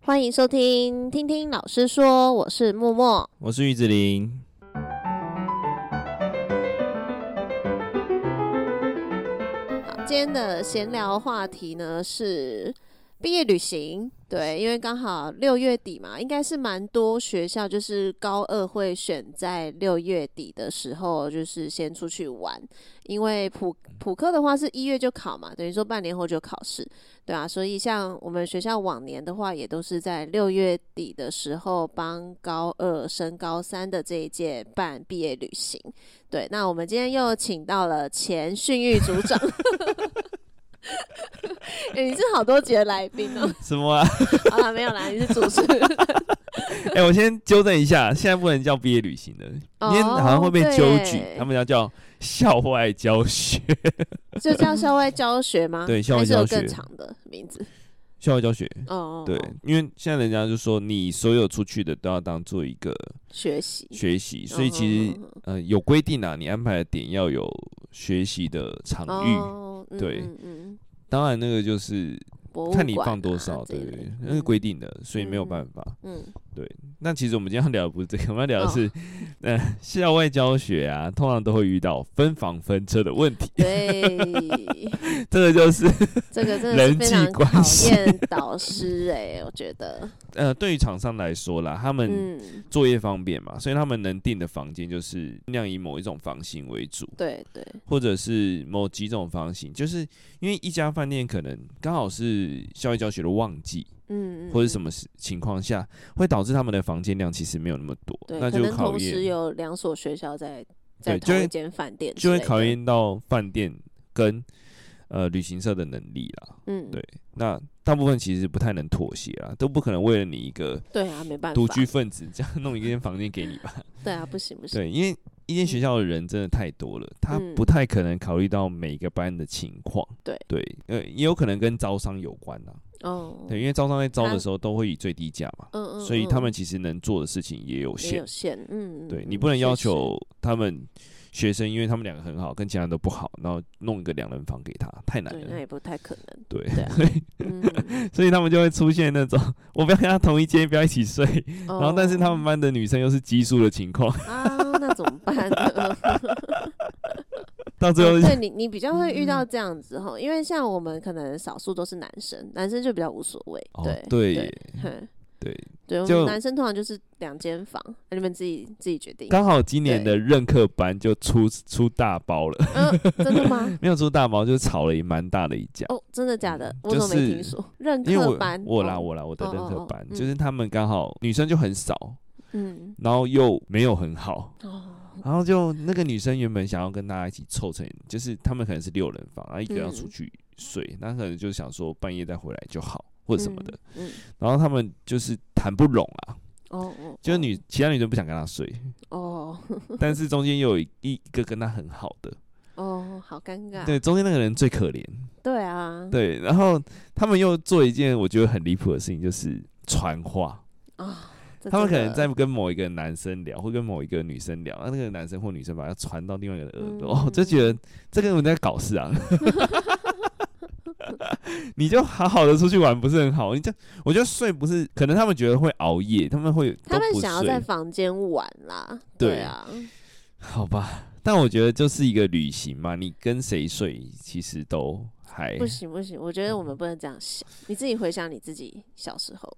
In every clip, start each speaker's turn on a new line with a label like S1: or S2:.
S1: 欢迎收听《听听老师说》，我是默默。
S2: 我是玉子林。
S1: 好，今天的闲聊话题呢是毕业旅行。对，因为刚好六月底嘛，应该是蛮多学校就是高二会选在六月底的时候，就是先出去玩。因为普普科的话是一月就考嘛，等于说半年后就考试，对啊，所以像我们学校往年的话，也都是在六月底的时候帮高二升高三的这一届办毕业旅行。对，那我们今天又请到了前训育组长。欸、 你是好多节来宾哦、
S2: 什么、啊？
S1: 好了，没有啦，你是主持 人。
S2: 哎、我先纠正一下，现在不能叫毕业旅行了，
S1: 哦
S2: 今天好像会被纠举
S1: 对，
S2: 他们要叫校外教学。
S1: 就叫校外教学吗？
S2: 对校外
S1: 还是有
S2: 教学
S1: 更长的名字。
S2: 校外教学，
S1: 哦哦，哦
S2: 对，因为现在人家就说你所有出去的都要当做一个
S1: 学习。
S2: 学习，所以其实
S1: 嗯嗯嗯
S2: 呃有规定啊，你安排的点要有学习的场域，
S1: 哦，嗯
S2: 对
S1: 嗯嗯，
S2: 当然那个就是
S1: 博物
S2: 看你
S1: 馆
S2: 放多
S1: 啊
S2: 少，
S1: 这
S2: 对
S1: 一
S2: 对
S1: 类
S2: 对
S1: 的，
S2: 那是规定的，所以没有
S1: 嗯
S2: 办法。
S1: 嗯
S2: 那其实我们今天要聊的不是这个，我们要聊
S1: 哦
S2: 的是，呃，校外教学啊，通常都会遇到分房分车的问题，
S1: 对，
S2: 这个就是，
S1: 这个真的是
S2: 人
S1: 非
S2: 际
S1: 常
S2: 关
S1: 考
S2: 系
S1: 验导师哎、我觉得，
S2: 呃，对于厂商来说啦，他们
S1: 嗯，
S2: 作业方便嘛，所以他们能订的房间就是尽量以某一种房型为主，
S1: 对对，
S2: 或者是某几种房型，就是因为一家饭店可能刚好是校外教学的旺季，
S1: 嗯，嗯
S2: 或者什
S1: 嗯
S2: 么时情况下，会导致他们的房间量其实没有那么多，
S1: 对，
S2: 那
S1: 可
S2: 就
S1: 能
S2: 考
S1: 同时
S2: 验，
S1: 有两所学校在在
S2: 对就
S1: 同一
S2: 会
S1: 间饭店之
S2: 就
S1: 类
S2: 会
S1: 的，
S2: 考验到饭店跟呃旅行社的能力啦。
S1: 嗯，
S2: 对那大部分其实不太能妥协啊，都不可能为了你一个
S1: 对啊，没办法，
S2: 独居分子这样弄一间房间给你 吧？
S1: 对啊，不行不行，
S2: 对，因为一间学校的人真的太多了，他
S1: 嗯
S2: 不太可能考虑到每个班的情况。
S1: 对
S2: 对，呃，也有可能跟招商有关啊。
S1: 哦，
S2: 对，因为招商在招
S1: 他
S2: 的时候都会以最低价嘛，
S1: 嗯嗯，
S2: 所以他
S1: 嗯
S2: 们其实能做的事情也有
S1: 也
S2: 限
S1: 有。限，嗯，嗯
S2: 对
S1: 嗯
S2: 你不能
S1: 确
S2: 要
S1: 实
S2: 求他们学生，因为他们两个很好，跟其他人都不好，然后弄一个两人房给他，太难
S1: 对，那
S2: 了。
S1: 也不太可 能，
S2: 对，
S1: 对啊
S2: 所以
S1: 嗯，
S2: 所以他们就会出现那种，我不要跟他同一间，不要一起睡。
S1: 然
S2: 然后，但是他们班的女生又是奇数的情况，
S1: 哦 啊，那怎么办呢？
S2: 到最后
S1: 哦
S2: 就
S1: 对你，你比较会遇到这样子哈，因为像我们可能少数都是男生，男生就比较无所谓，对
S2: 哦
S1: 对
S2: 对耶
S1: 哼
S2: 对，
S1: 对，我们
S2: 就
S1: 男生通常就是两间房，你们自己自己决 定。
S2: 刚好今年的任课班就出出大包了，
S1: 嗯，真的吗？
S2: 没有出大包，就是吵了也蛮大的一架。
S1: 哦，真的假的？我
S2: 嗯就
S1: 怎么没
S2: 是
S1: 听说？任
S2: 因为
S1: 课
S2: 我
S1: 班，
S2: 我啦
S1: 哦
S2: 我啦我的
S1: 哦
S2: 任
S1: 哦
S2: 课
S1: 哦
S2: 班
S1: 嗯
S2: 就是他们刚好女生就很少，
S1: 嗯
S2: 然后又没有很好，
S1: 哦
S2: 然后就那个女生原本想要跟大家一起凑成，就是他们可能是六人房，然后一个要出
S1: 嗯
S2: 去睡，那可能就想说半夜再回来就好或者什么的，，
S1: 嗯嗯
S2: 然后他们就是谈不拢啊，
S1: 哦哦，
S2: 就是
S1: 哦
S2: 女其他女生不想跟 他睡，
S1: 哦
S2: 但是中间又有一一个跟他很好的，
S1: 哦，好尴尬，
S2: 对，中间那个人最可怜，
S1: 对啊，
S2: 对，然后他们又做一件我觉得很离谱的事情，就是传话。
S1: 啊，这
S2: 他们可
S1: 真
S2: 能
S1: 的
S2: 在跟某一个男生聊，或跟某一个女生聊，那那个男生或女生把它传到另外一个人耳朵，
S1: 嗯
S2: 哦，就觉得这个人在搞事啊。 你就好好的出去玩不是很好？你这我觉得睡不是，可能他们觉得会熬夜，他们会
S1: 他
S2: 都
S1: 们
S2: 不
S1: 想要
S2: 睡
S1: 在房间玩啦，
S2: 对
S1: 对啊，
S2: 好吧，但我觉得就是一个旅行嘛，你跟谁睡其实都还
S1: 不行不行，我觉得我
S2: 嗯
S1: 们不能这样想。你自己回想你自己小时候，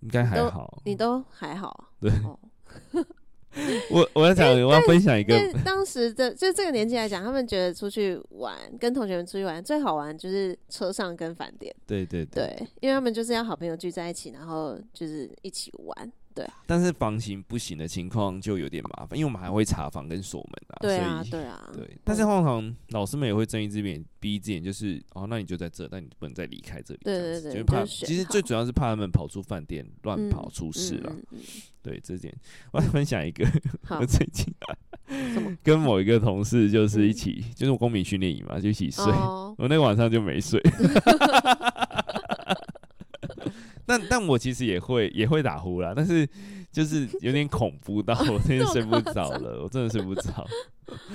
S2: 应该还好。
S1: 你都还好。
S2: 嗯对
S1: 哦，
S2: 我我要讲，我要分享一个
S1: 但是当时的就这个年纪来讲，他们觉得出去玩，跟同学们出去玩最好玩就是车上跟饭店，
S2: 对对对，
S1: 对，因为他们就是要好朋友聚在一起，然后就是一起玩，
S2: 但是房型不行的情况就有点麻烦，因为我们还会查房跟锁门啊，
S1: 对啊，
S2: 所以
S1: 对啊，
S2: 对。但是通常老师们也会睁一只眼闭一只眼，就是哦，那你就在这，但你不能再离开这里，
S1: 对
S2: 这样
S1: 对对
S2: 子就是
S1: 就
S2: 怕
S1: 是选
S2: 其实最主要是怕他们跑出饭店乱
S1: 嗯
S2: 跑出事了。
S1: 嗯嗯
S2: 对这点，我要分享一个，
S1: 嗯好
S2: 我，最近
S1: 什么
S2: 跟某一个同事就是
S1: 嗯
S2: 一起，就是我公民训练营嘛，就一起睡。
S1: 哦，
S2: 我那个晚上就没睡。 但但我其实也会也会打呼啦，但是就是有点恐怖到我真的睡不着了，我真的睡不着。
S1: 哦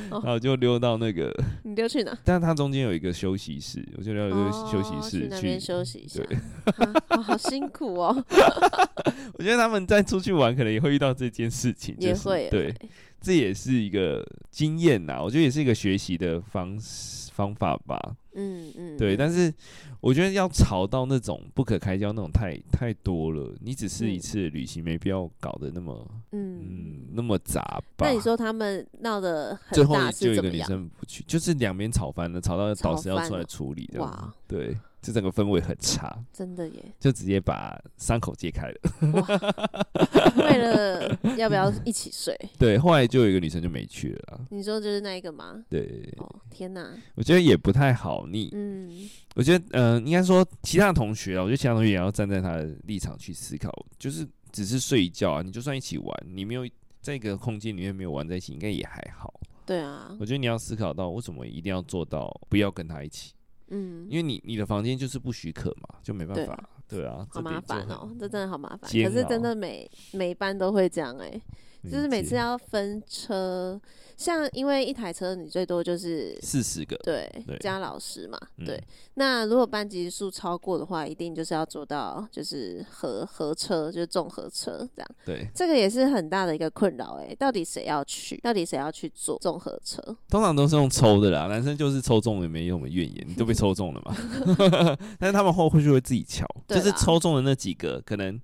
S2: 然后就溜到那个，
S1: 你丢去 哪？
S2: 但它中间有一个休息室，我就溜到一个休息
S1: 哦去
S2: 室
S1: 那
S2: 去
S1: 边。休息一下
S2: 对。
S1: 啊哦好辛苦 哦，
S2: 我觉得他们在出去玩，可能也会遇到这件事情，
S1: 也
S2: 就是
S1: 会
S2: 对，这也是一个经验呐，我觉得也是一个学习的方式方法吧。
S1: 嗯嗯，
S2: 对，
S1: 嗯
S2: 但是我觉得要吵到那种不可开交那种太太多了，你只是一
S1: 嗯
S2: 次旅行，没必要搞得那么
S1: 嗯
S2: 嗯那么杂吧。
S1: 那你说他们闹得
S2: 最
S1: 很
S2: 后
S1: 大
S2: 就是有一
S1: 怎
S2: 个
S1: 么
S2: 女
S1: 样？
S2: 生不去，就是两边吵翻了，吵到
S1: 吵
S2: 导师要
S1: 翻
S2: 出来
S1: 了
S2: 处理这样子
S1: 哇，
S2: 对，这整个氛围很差，
S1: 真的 耶！
S2: 就直接把伤口揭开了。
S1: 为了要不要一起睡？
S2: 对，后来就有一个女生就没去了啦。
S1: 你说就是那一个吗？
S2: 对，
S1: 哦，天哪！
S2: 我觉得也不太好逆。
S1: 嗯
S2: 我觉得，嗯、应该说其他的同学啊，我觉得其他同学也要站在他的立场去思考，就是只是睡一觉啊，你就算一起玩，你没有在一个空间里面没有玩在一起，应该也还好。，
S1: 对啊
S2: 我，觉得你要思考到，为什么一定要做到不要跟他一起，
S1: 嗯
S2: 因，为你你的房间就是不许可嘛，就没办
S1: 对
S2: 法。对啊，
S1: 好
S2: 这
S1: 麻
S2: 点就
S1: 烦
S2: 很
S1: 哦，这真的好麻烦。
S2: 煎
S1: 可是真
S2: 熬
S1: 的每每一班都会这样哎，
S2: 理
S1: 就是每
S2: 解
S1: 次要分车，像因为一台车你最多就是
S2: 四十个，
S1: 对
S2: 对
S1: 加老师嘛，
S2: 嗯
S1: 对。那如果班级数超过的话，一定就是要做到就是合合车，就是综合车这样。
S2: 对，
S1: 这个也是很大的一个困扰哎、到底谁要去？到底谁要去坐综合车？
S2: 通常都是用抽的啦，男生就是抽中也没什么怨 言，你都被抽中了嘛。 但是他们后续会自己瞧，
S1: 对
S2: 就
S1: 啦
S2: 是抽中的那几个，可能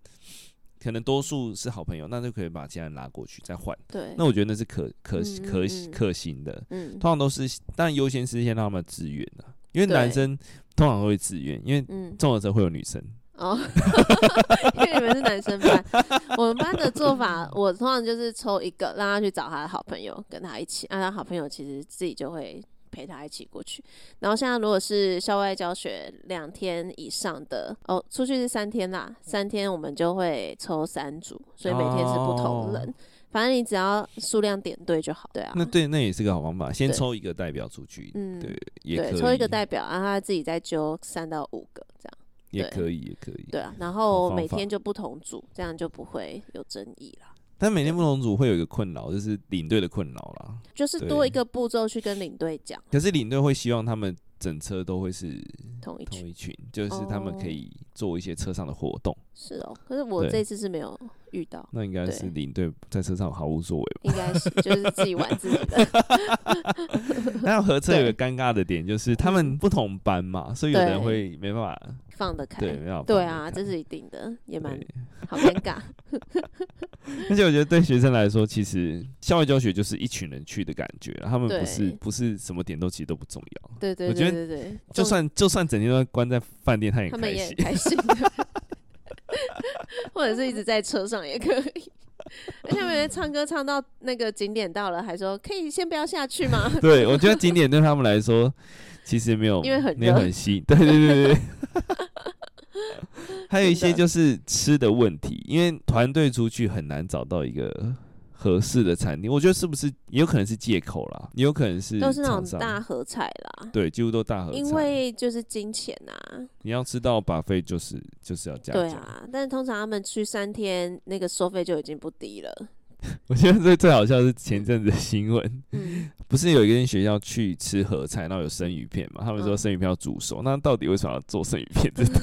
S2: 可能多数是好朋友，那就可以把其他人拉过去再换。
S1: 对，
S2: 那我觉得那是可可
S1: 嗯嗯
S2: 可
S1: 嗯
S2: 可行的，
S1: 嗯
S2: 通常都是，但优先是先让他们自愿的，因为
S1: 对
S2: 男生通常会自愿，因为
S1: 嗯
S2: 中了之后会有女生。
S1: 哦， 因为你们是男生班， 我们班的做法，我通常就是抽一个，让他去找他的好朋友，跟他一起。啊那、他好朋友其实自己就会陪他一起过去。然后现在如果是校外教学两天以上的，哦，出去是三天啦，三天我们就会抽三组，所以每天是不同人。反正你只要数量点对就好，对啊。
S2: 哦那对，那也是个好方法，先
S1: 对
S2: 抽一个代表出去，
S1: 嗯，
S2: 对，也可
S1: 对，
S2: 以，
S1: 抽一个代表，然后他自己再揪三到五个这样，
S2: 也
S1: 对
S2: 可以，也可以。
S1: 对啊，然
S2: 好
S1: 后
S2: 方
S1: 每
S2: 法
S1: 天就不同组，这样就不会有争议啦。
S2: 但每天不同组会有一个困扰，就是领队的困扰啦。
S1: 就是
S2: 对
S1: 多一个步骤去跟领队讲
S2: 可是领队会希望他们整车都会是
S1: 同一
S2: 同
S1: 群，
S2: 一群，就是他
S1: 哦
S2: 们可以做一些车上的活动。
S1: 是哦。可是我
S2: 对
S1: 这次是没有遇到，
S2: 那应该是
S1: 对
S2: 领队在车上毫无作为
S1: 应该是就是自己玩自己 的，
S2: 吧。那合车有个尴尬的点就是他们不同班嘛，所以有的人
S1: 对
S2: 会没办法，
S1: 放得开。
S2: 对，没办法。
S1: 对啊，这。是一定的，也蛮
S2: 对，
S1: 好尴尬。
S2: 而且我觉得对学生来说，其实校外教学就是一群人去的感觉，啊他们不是
S1: 对
S2: 不是什么点都其实都不重要，
S1: 对对
S2: 我觉
S1: 对
S2: 得
S1: 对对，
S2: 就
S1: 重
S2: 算就算整天都关在饭店，他也
S1: 他
S2: 很
S1: 们
S2: 开
S1: 也很
S2: 心。
S1: 开心， 或者是一直在车上也可以。 而且他们唱歌唱到那个景点到了，还说可以先不要下去 吗？
S2: 对，我觉得景点对他们来说其实没有，
S1: 因为很
S2: 没有
S1: 热
S2: 很吸引。对 对对 对对。还有
S1: 真
S2: 一些
S1: 的
S2: 就是吃的问题，因为团队出去很难找到一个合适的餐厅。我觉得是不是也有可能是借口啦，也有可能是
S1: 都是那
S2: 厂
S1: 种
S2: 商
S1: 大合彩啦，
S2: 对，几乎都大合餐。
S1: 因为就是金钱啊，
S2: 你要吃到把费，就是就是要加
S1: 对
S2: 价。
S1: 啊，但是通常他们去三天，那个收费就已经不低了。
S2: 我觉得最最好笑的是前阵子的新闻，
S1: 嗯，
S2: 不是有一间学校去吃合菜，然后有生鱼片嘛？他们说
S1: 嗯
S2: 生鱼片要煮熟，那到底为什么要做生鱼片？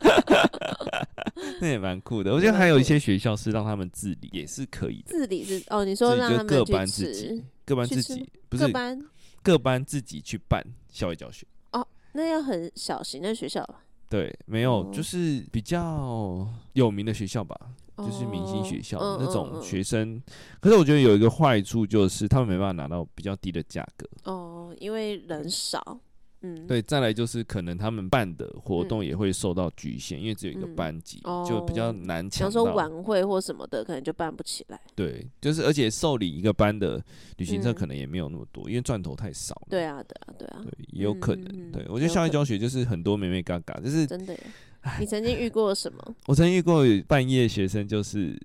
S2: 这那也蛮酷的。我觉得还有一些学校是让他们自理，也是可以的，
S1: 自理是哦，你
S2: 自
S1: 说
S2: 己
S1: 让他
S2: 就
S1: 们
S2: 各
S1: 去
S2: 班自
S1: 吃
S2: 己，各班
S1: 去
S2: 自
S1: 吃
S2: 己不
S1: 各
S2: 是
S1: 班
S2: 各班自己去办校外教学。
S1: 那要很小型的学校吧，
S2: 对，没有，
S1: 哦
S2: 就是比较有名的学校吧，就是明星学校、
S1: 哦嗯
S2: 那
S1: 嗯
S2: 种
S1: 嗯
S2: 学生。可是我觉得有一个坏处就是他们没办法拿到比较低的价格。
S1: 哦，因为人少，嗯，，
S2: 对，再来就是可能他们办的活
S1: 嗯
S2: 动也会受到局限，因为只有一个
S1: 嗯
S2: 班级，
S1: 哦
S2: 就比较难
S1: 比方
S2: 抢
S1: 说
S2: 到。嗯
S1: 晚会或什么的，可能就办不起来。
S2: 对，就是而且受理一个班的旅行社
S1: 嗯
S2: 可能也没有那么多，因为赚头太少了。
S1: 对啊，对啊，对啊，
S2: 对，也有可能。
S1: 嗯嗯嗯
S2: 对我
S1: 也
S2: 觉得
S1: 有
S2: 校外
S1: 可
S2: 教学就是很多美美嘎嘎，就是
S1: 真的耶。你曾经遇过什么？
S2: 我曾经遇过有半夜学生就是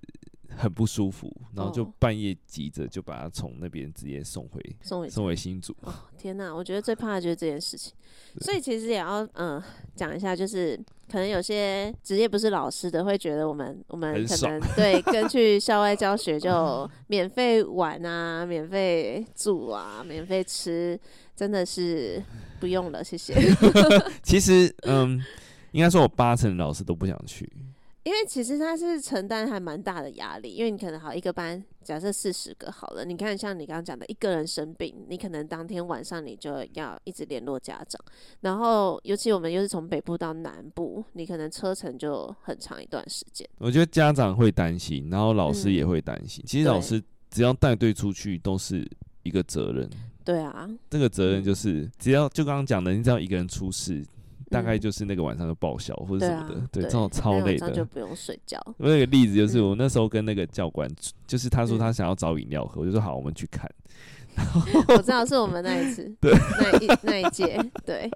S2: 很不舒服，然后就
S1: 哦
S2: 半夜急着就把他从那边直接送回
S1: 送 回
S2: 送回新竹。
S1: 哦，天哪！我觉得最怕的就是这件事情，
S2: 对
S1: 所以其实也要嗯讲、一下，就是可能有些职业不是老师的，会觉得我们我们
S2: 很
S1: 可
S2: 爽
S1: 能对跟去校外教学就免费玩啊、免费住啊、免费吃，真的是不用了，谢谢。
S2: 其实，嗯，应该说我八成的老师都不想去，
S1: 因为其实他是承担还蛮大的压力，因为你可能好一个班，假设四十个好了，你看像你刚刚讲的，一个人生病，你可能当天晚上你就要一直联络家长，然后尤其我们又是从北部到南部，你可能车程就很长一段时间。
S2: 我觉得家长会担心，然后老师
S1: 嗯
S2: 也会担心。其实
S1: 对
S2: 老师只要带队出去，都是一个责任。
S1: 对啊，
S2: 这个责任
S1: 嗯
S2: 就是，只要就刚刚讲的，你只要一个人出事，大概
S1: 嗯
S2: 就是那个晚上就报销或者
S1: 对
S2: 什么
S1: 啊
S2: 的，，
S1: 对
S2: 对，这种超
S1: 那
S2: 累
S1: 晚上就
S2: 的。
S1: 不用睡觉。
S2: 我有一个例子就是，
S1: 嗯
S2: 我那时候跟那个教官，就是他说
S1: 嗯
S2: 他想要找饮料喝，我就说好，我们去看。
S1: 我知道是我们那一次，
S2: 对，
S1: 那一那一届，对。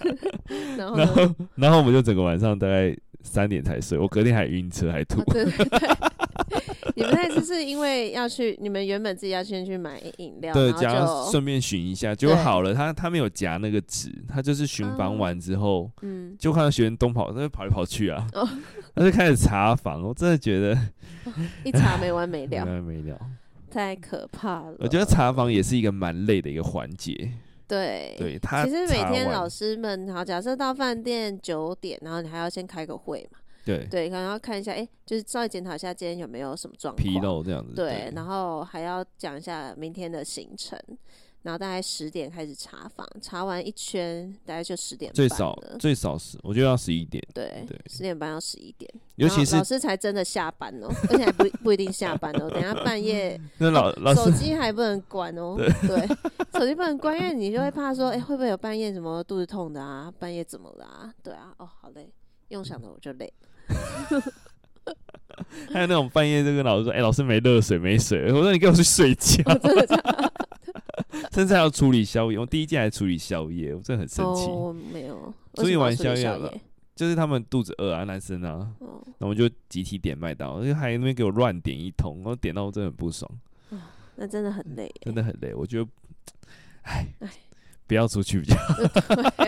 S1: 然后呢
S2: 然？后， 然后我们就整个晚上大概三点才睡，我隔天还晕车还吐
S1: 啊、。对 对对，你们那次是因为要去，你们原本自己要先去买饮料，
S2: 对，
S1: 啊然
S2: 加
S1: 后就
S2: 顺便巡一下，结果
S1: 对
S2: 好了，他他没有夹那个纸，他就是巡
S1: 哦
S2: 访完之后，
S1: 嗯，
S2: 就看到学生东跑，那就跑来跑去啊，
S1: 哦
S2: 他就开始查房，我真的觉得
S1: 一查没完没
S2: 没
S1: 了，
S2: 完没了。
S1: 太可怕了。
S2: 我觉得查房也是一个蛮累的一个环节，
S1: 对
S2: 对他
S1: 其实每
S2: 查
S1: 天
S2: 完
S1: 老师们，好，假设到饭店九点，然后你还要先开个会嘛，
S2: 对
S1: 对，然后看一下，哎、就是稍微检讨一下今天有没有什么状
S2: 纰
S1: 况，
S2: 漏这样子，
S1: 对，然后还要讲一下明天的行程。然后大概十点开始查房，查完一圈大概就十点
S2: 最
S1: 半
S2: 少
S1: 了
S2: 最少是我觉得要十一点，
S1: 对
S2: 对，
S1: 十点半到十一点。
S2: 尤
S1: 然后
S2: 其是
S1: 老师才真的下班哦， 而且还不不一定下班 哦，等一下半夜
S2: 那老老
S1: 哦手
S2: 师
S1: 机还不能关哦，对，手机不能关，因为你就会怕说，哎、会不会有半夜什么肚子痛的啊，半夜怎么了啊？对啊，哦，好累，用想的我就累，
S2: 还有那种半夜就跟老师说，哎，老师没热水没水，我说你给我去睡 觉， 甚至还要处理宵夜，我第一件还处理宵夜，我真的很生气
S1: 哦，，我没有，
S2: 注意玩宵夜
S1: 夜
S2: 了就是他们肚子饿啊，男生啊，
S1: 哦，
S2: 那我就集体点麦当劳，就还那边给我乱点一通，然后点到我真的很不爽，
S1: 那真的很累耶，
S2: 真的很累。我觉得，唉
S1: 唉，啊
S2: 不要出去比较 好，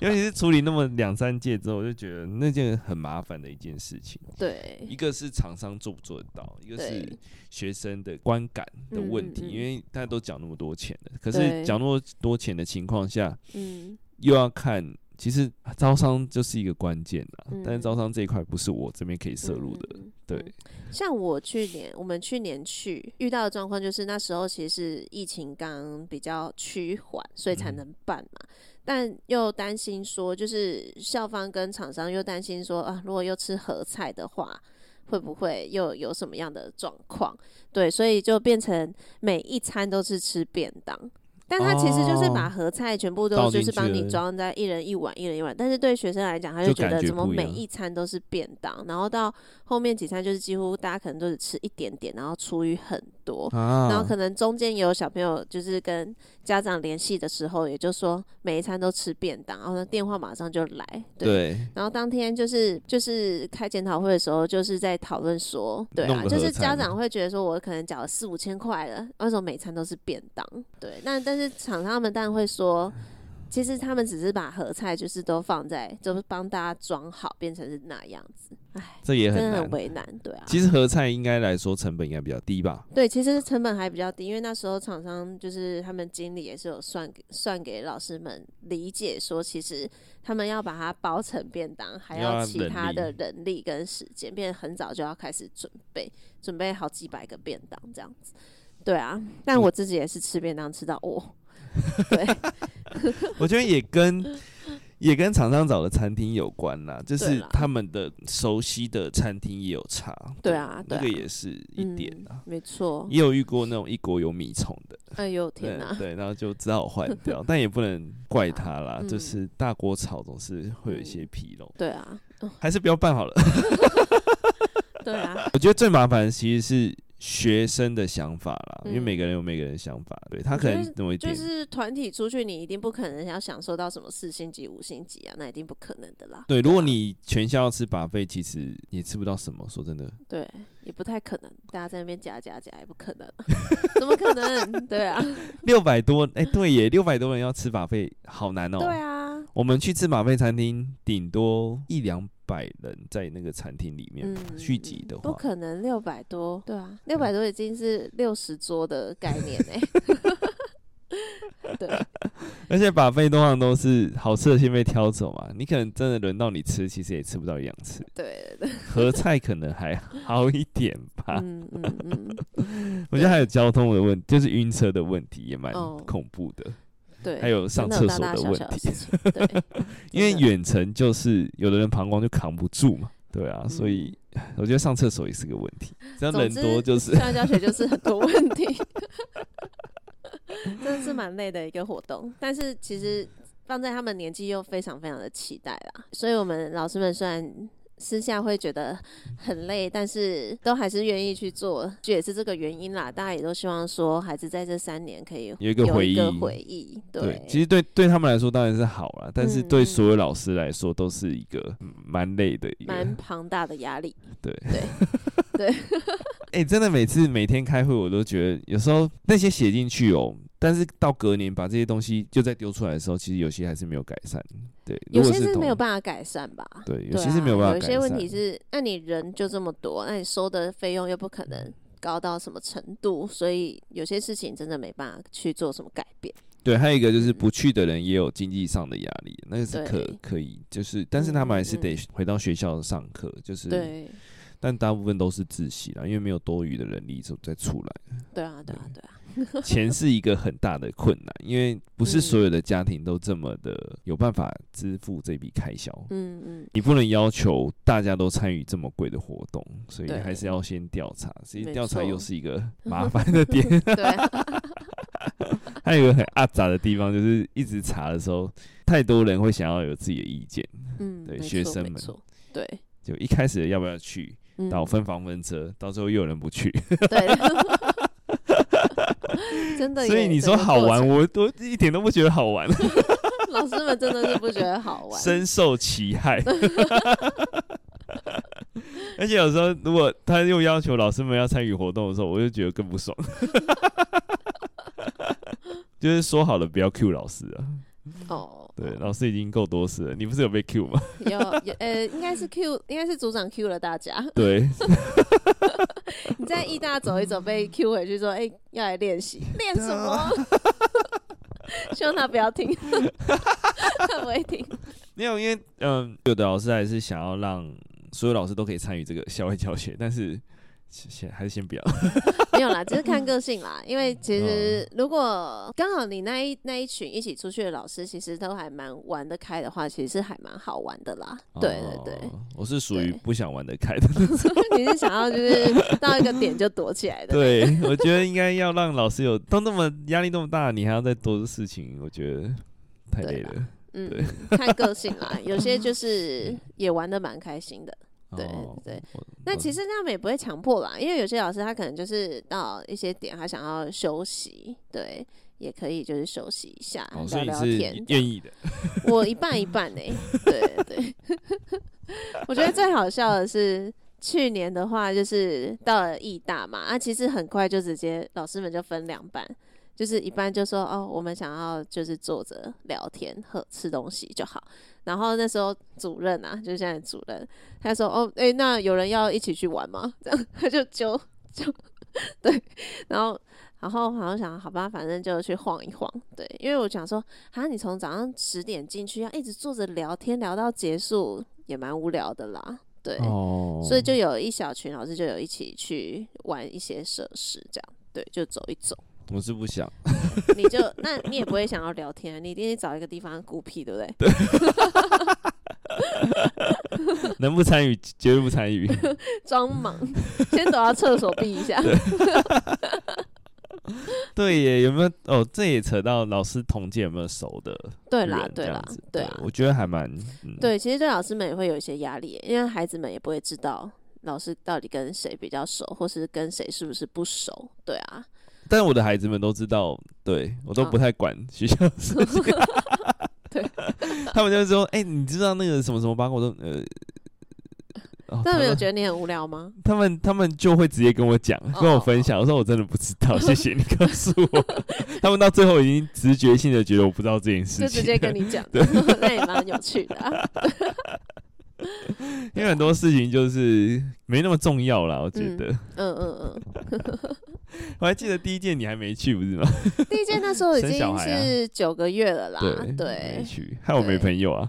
S2: 尤其是处理那么两三届之后，我就觉得那件很麻烦的一件事情。一
S1: 对，
S2: 个是厂商做不做得到，一个是
S1: 对
S2: 学生的观感的问题，
S1: 嗯嗯嗯
S2: 因为大家都讲那么多钱了，可是
S1: 对
S2: 讲那么多钱的情况下，
S1: 嗯，
S2: 又要看，其实招商就是一个关键啦。
S1: 嗯
S2: 但是招商这一块不是我这边可以摄入的，
S1: 嗯。嗯嗯
S2: 对
S1: 嗯像我去年，我们去年去遇到的状况就是那时候其实是疫情刚比较趋缓，所以才
S2: 嗯
S1: 能办嘛。但又担心说，就是校方跟厂商又担心说啊，如果又吃合菜的话，会不会又有什么样的状况？对，所以就变成每一餐都是吃便当。但它其实就是把
S2: 哦
S1: 合菜全部都
S2: 倒
S1: 就
S2: 进
S1: 是
S2: 去
S1: 帮你
S2: 了
S1: 装在一人一碗，一人一碗。但是对学生来讲，他
S2: 就
S1: 就觉
S2: 感
S1: 得
S2: 觉
S1: 怎么
S2: 不一
S1: 每
S2: 样
S1: 一餐都是便当，然后到后面几餐就是几乎大家可能都只吃一点点，然后厨余很多。嗯
S2: 啊
S1: 然后可能中间也有小朋友，就是跟家长联系的时候，也就说每一餐都吃便当，然后呢电话马上就来。对。
S2: 对，
S1: 然后当天就是就是开检讨会的时候，就是在讨论说，对
S2: 弄
S1: 啊，
S2: 个
S1: 就是
S2: 合菜
S1: 家
S2: 吗
S1: 长会觉得说，我可能缴了四五千块了，为什么每餐都是便当？对，那但是厂商们当然会说。其实他们只是把合菜就是都放在，就是帮大家装好，变成是那样子，
S2: 这也很
S1: 真的
S2: 难
S1: 很。为难，对啊。
S2: 其实合菜应该来说成本应该比较低吧？
S1: 对，其实成本还比较低，因为那时候厂商就是他们经理也是有算给算给老师们理解说，其实他们要把它包成便当，还
S2: 要
S1: 要
S2: 人
S1: 其他
S2: 力
S1: 的人力跟时间，变得很早就要开始准备，准备好几百个便当这样子。对啊，但
S2: 我
S1: 我自己也是吃便当吃到哦，对，
S2: 我觉得也跟也跟厂商找的餐厅有关啦，就
S1: 嗯对
S2: 是
S1: 啦
S2: 他们的熟悉的餐厅也有差。
S1: 对啊
S2: 那
S1: 对啊嗯
S2: 个也是一点啊。
S1: 没错。
S2: 也有遇过那种一国有米虫的，
S1: 哎呦
S2: 对
S1: 天哪，
S2: 对，然后就只好换 掉，但也不能怪他啦，
S1: 嗯
S2: 就是大锅炒总是会有一些纰漏，
S1: 对啊，
S2: 还是不要办好了。
S1: 对啊，
S2: 我觉得最麻烦的其实是学生的想法啦，因为
S1: 嗯
S2: 每个人有每个人的想法，对他
S1: 我
S2: 可
S1: 觉
S2: 能
S1: 得
S2: 认为点
S1: 就是团体出去，你一定不可能要享受到什么四星级、五星级啊，那一定不可能的啦。
S2: 对，如果
S1: 啊
S2: 你全校吃把费，其实也吃不到什么。说真的，
S1: 对也不太可能，大家在那边夹夹夹也不可能， 怎么可能？对啊，
S2: 六百多，哎、对耶，六百多人要吃把费，好难哦、
S1: 对啊，
S2: 我们去吃马费餐厅，顶多一两百人在那个餐厅里面吧聚集的
S1: 嗯不
S2: 话，
S1: 可能六百多，对啊，六百多已经是六十桌的概念哎、对，
S2: 而且把费通常都是好吃的先被挑走嘛，你可能真的轮到你吃，其实也吃不到一两次。
S1: 对对对，
S2: 合菜可能还好一点吧，
S1: 嗯嗯嗯，
S2: 我觉得还有交通的问就是晕车的问题也蛮
S1: 哦
S2: 恐怖的，
S1: 对，
S2: 还有上
S1: 真的
S2: 厕
S1: 有大大
S2: 所的
S1: 小
S2: 问
S1: 小的
S2: 题
S1: 事，情，对，
S2: 因为
S1: 真的
S2: 远程就是有的人膀胱就扛不住嘛，对啊，所以我觉得上厕所也是个问题，只要
S1: 嗯总
S2: 人
S1: 之
S2: 多就是
S1: 校外教学就是很多问题， 真的是蛮累的一个活动。但是其实放在他们年纪又非常非常的期待啦，所以我们老师们虽然。私下会觉得很累，但是都还是愿意去做，这也是这个原因啦。大家也都希望说，孩子在这三年可以
S2: 有一个回忆
S1: 回忆
S2: 对
S1: 对，，
S2: 其实对对他们来说当然是好啦，但是
S1: 嗯
S2: 对
S1: 嗯
S2: 所有老师来说都是一个嗯蛮累的一个。
S1: 蛮庞大的压力。
S2: 对
S1: 对对
S2: 哎、真的每次每天开会，我都觉得有时候那些写进去哦，但是到隔年把这些东西就再丢出来的时候，其实有些还是没有改善。对，
S1: 有
S2: 如
S1: 些
S2: 果
S1: 是
S2: 懂
S1: 没有办法改善吧？
S2: 对，有
S1: 对
S2: 些是没有办
S1: 啊、
S2: 法
S1: 有一
S2: 改善。
S1: 些问题是，那你人就这么多，那你收的费用又不可能高到什么程度，所以有些事情真的没办法去做什么改变。
S2: 对，还有一个就是
S1: 嗯
S2: 不去的人也有经济上的压力，那个是可
S1: 对嗯
S2: 可以，就是但是他们还是得回到学校上课，就是
S1: 对，
S2: 但大部分都是自习啦，因为没有多余的人力就再出来。
S1: 对啊，对啊，对啊，
S2: 钱是一个很大的困难，因为不是
S1: 嗯
S2: 所有的家庭都这么的有办法支付这笔开销。
S1: 嗯嗯，
S2: 你不能要求大家都参与这么贵的活动，所以
S1: 对
S2: 还是要先调查。其实
S1: 没
S2: 调查
S1: 错
S2: 又是一 个麻烦的点，
S1: 对啊，
S2: 还有一个很阿杂的地方，就是一直查的时候，太多人会想要有自己的意见。
S1: 嗯，
S2: 对
S1: 没
S2: 学
S1: 错
S2: 生
S1: 没
S2: 们
S1: 错，对，
S2: 就一开始要不要去，
S1: 嗯
S2: 到分房分车，到最后又有人不去，
S1: 对，真的耶。
S2: 所以你说
S1: 整个
S2: 好
S1: 过
S2: 玩，
S1: 程，
S2: 我都一点都不觉得好玩，
S1: 老师们真的是不觉得好玩，
S2: 深受其害。 而且有时候，如果他又要求老师们要参与活动的时候，我就觉得更不爽。 就是说好了不要 Q 老师啊，
S1: 哦，
S2: 对，老师已经够多事了。你不是有被 Q 吗？
S1: 有有呃，应该是 Q，应该是组长 Q 了大家。
S2: 对，
S1: 你在义大走一走，被 Q 回去说：“哎、要来练习，练什么？” 希望他不要听， 他不会听。
S2: 没有，因为嗯，有的老师还是想要让所有老师都可以参与这个校外教学，但是先还是先不要。
S1: 没有啦，只是看个性啦。因为其实如果刚好你那一那一群一起出去的老师，其实都还蛮玩得开的话，其实还蛮好玩的啦。对对对，
S2: 哦，我是属于
S1: 对
S2: 不想玩得开的。
S1: 你是想要就是到一个点就躲起来 的。
S2: 对，我觉得应该要让老师有都那么压力那么大，你还要再多的事情，我觉得太
S1: 对
S2: 累
S1: 啦
S2: 了。
S1: 嗯
S2: 对，
S1: 看个性啦。有些就是也玩得蛮开心的。对
S2: 哦
S1: 对，
S2: 我
S1: 那
S2: 我
S1: 其实他们也不会强迫啦，因为有些老师他可能就是到一些点，他想要休息，对，也可以就是休息一下，
S2: 哦，所
S1: 啊聊
S2: 以你
S1: 聊
S2: 是
S1: 天。
S2: 愿意的，
S1: 我一半一半呢、对对。 我觉得最好笑的是去年的话，就是到了艺大嘛，啊，其实很快就直接老师们就分两班。就是一般就说哦，我们想要就是坐着聊天、喝吃东西就好。然后那时候主任啊，就是现在的主任，他说哦，诶、那有人要一起去玩吗？这样 他就揪揪， 对，然后然后好像想好吧，反正就去晃一晃，对，因为我想说啊，你从早上十点进去，要一直坐着聊天聊到结束，也蛮无聊的啦，对，
S2: 哦
S1: 所以就有一小群老师就有一起去玩一些设施，这样对，就走一走。
S2: 我是不想，
S1: 你就那你也不会想要聊天啊，你一定是找一个地方孤僻，对不对？对，
S2: 能不参与绝对不 参与。
S1: 装忙，先躲到厕所避一下。
S2: 对耶，有没有？哦，这也扯到老师同届有没有熟的
S1: 对
S2: 人这
S1: 啦
S2: 样，子？
S1: 对啦，对啊，
S2: 我觉得还蛮，嗯，
S1: 对，其实对老师们也会有一些压力，因为孩子们也不会知道老师到底跟谁比较熟，或是跟谁是不是不熟，对啊，
S2: 但我的孩子们都知道，对我都
S1: 啊
S2: 不太管学校事情。
S1: 对，
S2: 他们就会说：“哎、你知道那个什么什么八卦？”我都呃，哦
S1: 但
S2: 他
S1: 没有
S2: 们
S1: 觉得你很无聊 吗？
S2: 他们他们就会直接跟我讲，
S1: 哦
S2: 跟我分享。我说我真的不知 道，谢谢你告诉我。他们到最后已经直觉性的觉得我不知道这件事
S1: 就
S2: 情了，
S1: 直接跟你讲，
S2: 对
S1: 那也蛮有趣的、啊。
S2: 因为很多事情就是没那么重要啦，我觉
S1: 嗯
S2: 得。
S1: 嗯嗯
S2: 我还记得第一届你还没去，不是吗？
S1: 嗯，第一届那时候已
S2: 生小
S1: 经
S2: 孩啊
S1: 是九个月了啦，
S2: 没
S1: 啊对，
S2: 去，害我没
S1: 对
S2: 朋友啊。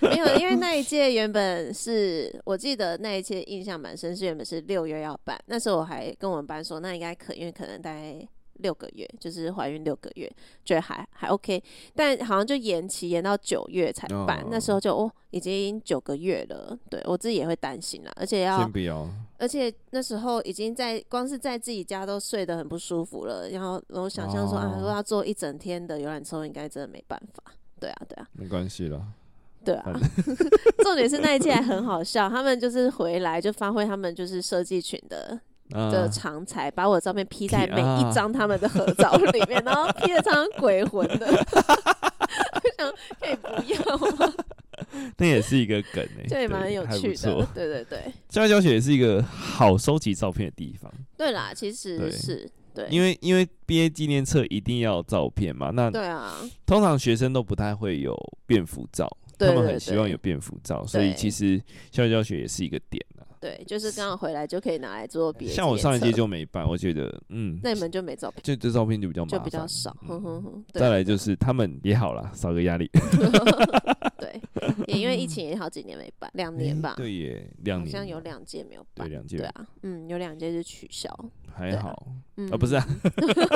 S1: 没有，因为那一届原本是我记得那一届印象蛮深，是原本是六月要办，那时候我还跟我们班说，那应该可，因为可能大概六个月，就是怀孕六个月，觉得还还 OK，但好像就延期延到九月才办，
S2: 哦
S1: 那时候就哦已经九个月了，对我自己也会担心啦，而且要
S2: 先不要，
S1: 而且那时候已经在光是在自己家都睡得很不舒服了，然后然后想象说、啊，
S2: 哦
S1: 如果要坐一整天的游览车，应该真的没办法，对啊对啊。
S2: 没关系啦。
S1: 对啊， 重点是那一届还很好笑，他们就是回来就发挥他们就是设计群的
S2: 啊
S1: 的长才，把我的照片 P 在每
S2: 啊
S1: 一张他们的合照 里面，然后 P 了张鬼魂的， 我想可以不要吗？
S2: 那也是一个梗诶、欸，
S1: 这也蛮有
S2: 还不
S1: 趣的
S2: 错。，
S1: 对对对，
S2: 校外教学也是一个好收集照片的地方，
S1: 对啦，其实
S2: 对
S1: 是对，
S2: 因为因为毕业纪念册一定要有照片嘛。那
S1: 对啊，
S2: 通常学生都不太会有便服照，
S1: 对
S2: 他们
S1: 对
S2: 很希望
S1: 对
S2: 有便服照，所以
S1: 对
S2: 其实校外教学也是一个点啊。
S1: 对，就是刚好回来就可以拿来做别的。
S2: 像我上一届，就没办，我觉得嗯，
S1: 那你们就没照片，
S2: 这这照片就比较麻
S1: 就
S2: 烦，嗯
S1: 比较少，哼哼哼，对
S2: 再来就是他们也好啦，少个压力。
S1: 对，也因为疫情也好几年没办，两年吧，
S2: 对耶，两
S1: 好
S2: 年
S1: 像有两届没有
S2: 对
S1: 办，
S2: 两届
S1: 对啊，嗯，有两届是取消，
S2: 还
S1: 对啊
S2: 好
S1: 嗯，
S2: 啊，不是啊，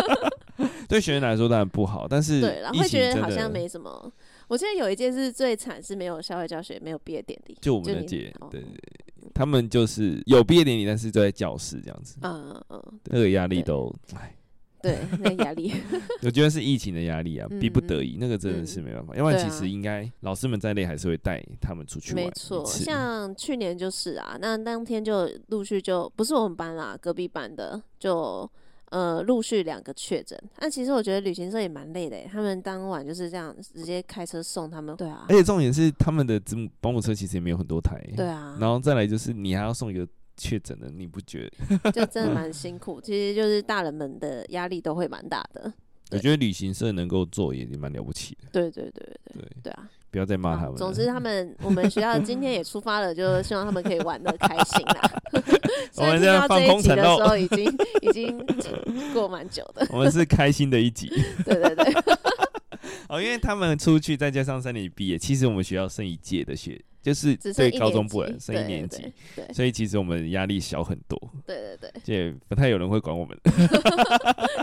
S2: 对学生来说当然不好，但是
S1: 对啦，
S2: 疫
S1: 会
S2: 情
S1: 觉得
S2: 真
S1: 好像
S2: 的
S1: 没什么。我记得有一届是最惨，是没有校外教学，没有毕业典礼，
S2: 就我们的
S1: 你
S2: 届
S1: 哦
S2: 对他们就是有毕业典礼，但是都在教室这样子，
S1: 嗯嗯嗯，
S2: 那个压力
S1: 对
S2: 都，哎，
S1: 对，那压 力，
S2: 我觉得是疫情的压力啊，逼不得已，那个真的
S1: 嗯
S2: 是没办法，要不然
S1: 对
S2: 其
S1: 啊
S2: 实应该老师们在内还是会带他们出去玩一
S1: 没
S2: 次，
S1: 错。像去年就是啊，那当天就陆续就不是我们班啦，隔壁班的就。呃，陆续两个确诊，那其实我觉得旅行社也蛮累的耶，他们当晚就是这样直接开车送他们，对啊
S2: 而，且重点是他们的子母保姆车其实也没有很多台，
S1: 对啊，
S2: 然后再来就是你还要送一个确诊的，你不觉得？
S1: 就真 的蛮辛苦。其实就是大人们的压力都会蛮大的。
S2: 我
S1: 对
S2: 觉得旅行社能够做也蛮了不起的，
S1: 对对对对
S2: 对，
S1: 对啊！
S2: 不要再骂他
S1: 好
S2: 们了。
S1: 总之他们我们学校今天也出发了，就希望他们可以玩的开心 啦。 虽然
S2: 我们
S1: 听
S2: 这
S1: 到
S2: 样
S1: 这
S2: 放空
S1: 一集
S2: 城
S1: 的
S2: 喽
S1: 时候，已经已经过蛮久的。
S2: 我们是开心的 一集
S1: 对对对，
S2: 哦，因为他们出去再加上三年毕业，其实我们学校剩一届的学，就是
S1: 只
S2: 对
S1: 剩一
S2: 高中
S1: 年
S2: 部
S1: 级，
S2: 人剩一年级
S1: 对，对对
S2: 所以其实我们压力小很 多，
S1: 对对对
S2: 也不太有人会管我们，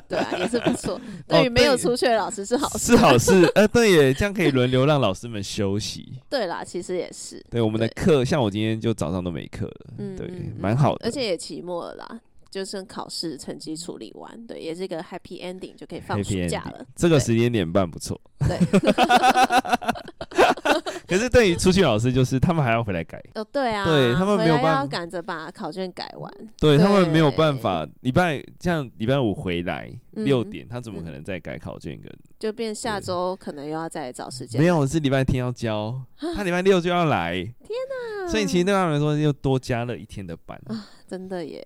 S1: 对啊，也是不
S2: 哦
S1: 错。对于没有出去的老师是好 事。
S2: 是好事。呃，对耶，这样可以轮流让老师们休息。
S1: 对啦，其实也是，
S2: 对我们的
S1: 对
S2: 课，像我今天就早上都没课了，
S1: 嗯
S2: 对
S1: 嗯，嗯
S2: 蛮好的。
S1: 而且也期末了啦。就是考试成绩处理完，对，也是一个 happy ending，就可以放
S2: Happy
S1: 暑假
S2: ending
S1: 了。
S2: 这个
S1: 对
S2: 时间点半不错。
S1: 对。
S2: 可是对于出去老师，就是他们还要回来改，
S1: 哦，对啊，
S2: 对他们没有
S1: 回来
S2: 办法
S1: 要赶着把考卷改完，
S2: 对他们没有
S1: 对
S2: 办法。礼拜像礼拜五回来
S1: 嗯
S2: 六点，他怎么可
S1: 嗯
S2: 能再改考卷跟？
S1: 就变下
S2: 对
S1: 周可能又要再找时间。
S2: 没有，是礼拜天要交，
S1: 啊
S2: 他礼拜六就要来。天哪！所以其实对他们来说，又多加了一天的班，
S1: 真的耶，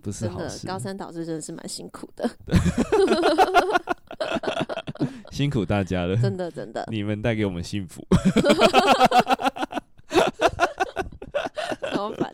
S2: 不是
S1: 啊真
S2: 好
S1: 的
S2: 事。
S1: 高三导师真的是蛮辛苦 的，
S2: 辛苦大家了，
S1: 真的真的
S2: 你们带给我们幸福。
S1: 超烦。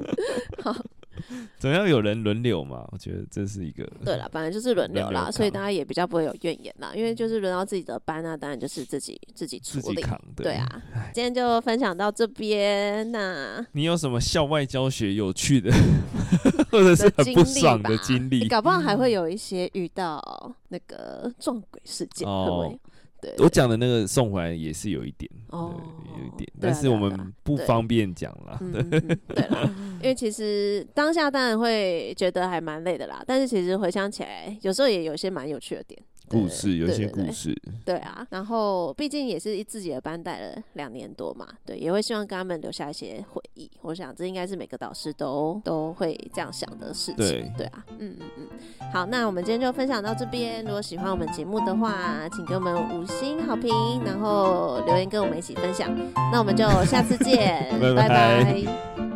S2: 总要有人轮流嘛，我觉得这是一个
S1: 对啦，本来就是轮流
S2: 轮流
S1: 啦，所以
S2: 扛
S1: 大家也比较不会有怨言啦，因为就是轮到自己的班啊，当然就是自己自己处
S2: 自己
S1: 理。
S2: 扛的。
S1: 对啊，今天就分享到这边， 那
S2: 你有什么校外教学有趣的， 或者是很
S1: 经
S2: 不
S1: 历
S2: 爽
S1: 吧
S2: 的经历嗯
S1: 诶？搞不好还会有一些遇到那个撞鬼事件，会不
S2: 哦
S1: 会？对，
S2: 我
S1: 对
S2: 讲的那个送回来也是有一点，
S1: 哦
S2: 对，有一点，
S1: 对啊
S2: 但是
S1: 对啊
S2: 我
S1: 对啊
S2: 们不
S1: 对
S2: 方便讲啦。
S1: 嗯，嗯 嗯对啦，因为其实当下当然会觉得还蛮累的啦，但是其实回想起来，有时候也有一些蛮有趣的点。
S2: 故事，有一
S1: 对
S2: 些
S1: 对对
S2: 故事，
S1: 对啊，然后毕竟也是自己的班带了两年多嘛，对，也会希望跟他们留下一些回忆。我想这应该是每个导师都都会这样想的事情。
S2: 对
S1: 啊，嗯嗯嗯。好，那我们今天就分享到这边。如果喜欢我们节目的话，请给我们五星好评，然后留言跟我们一起分享。那我们就下次见
S2: ，拜拜
S1: 拜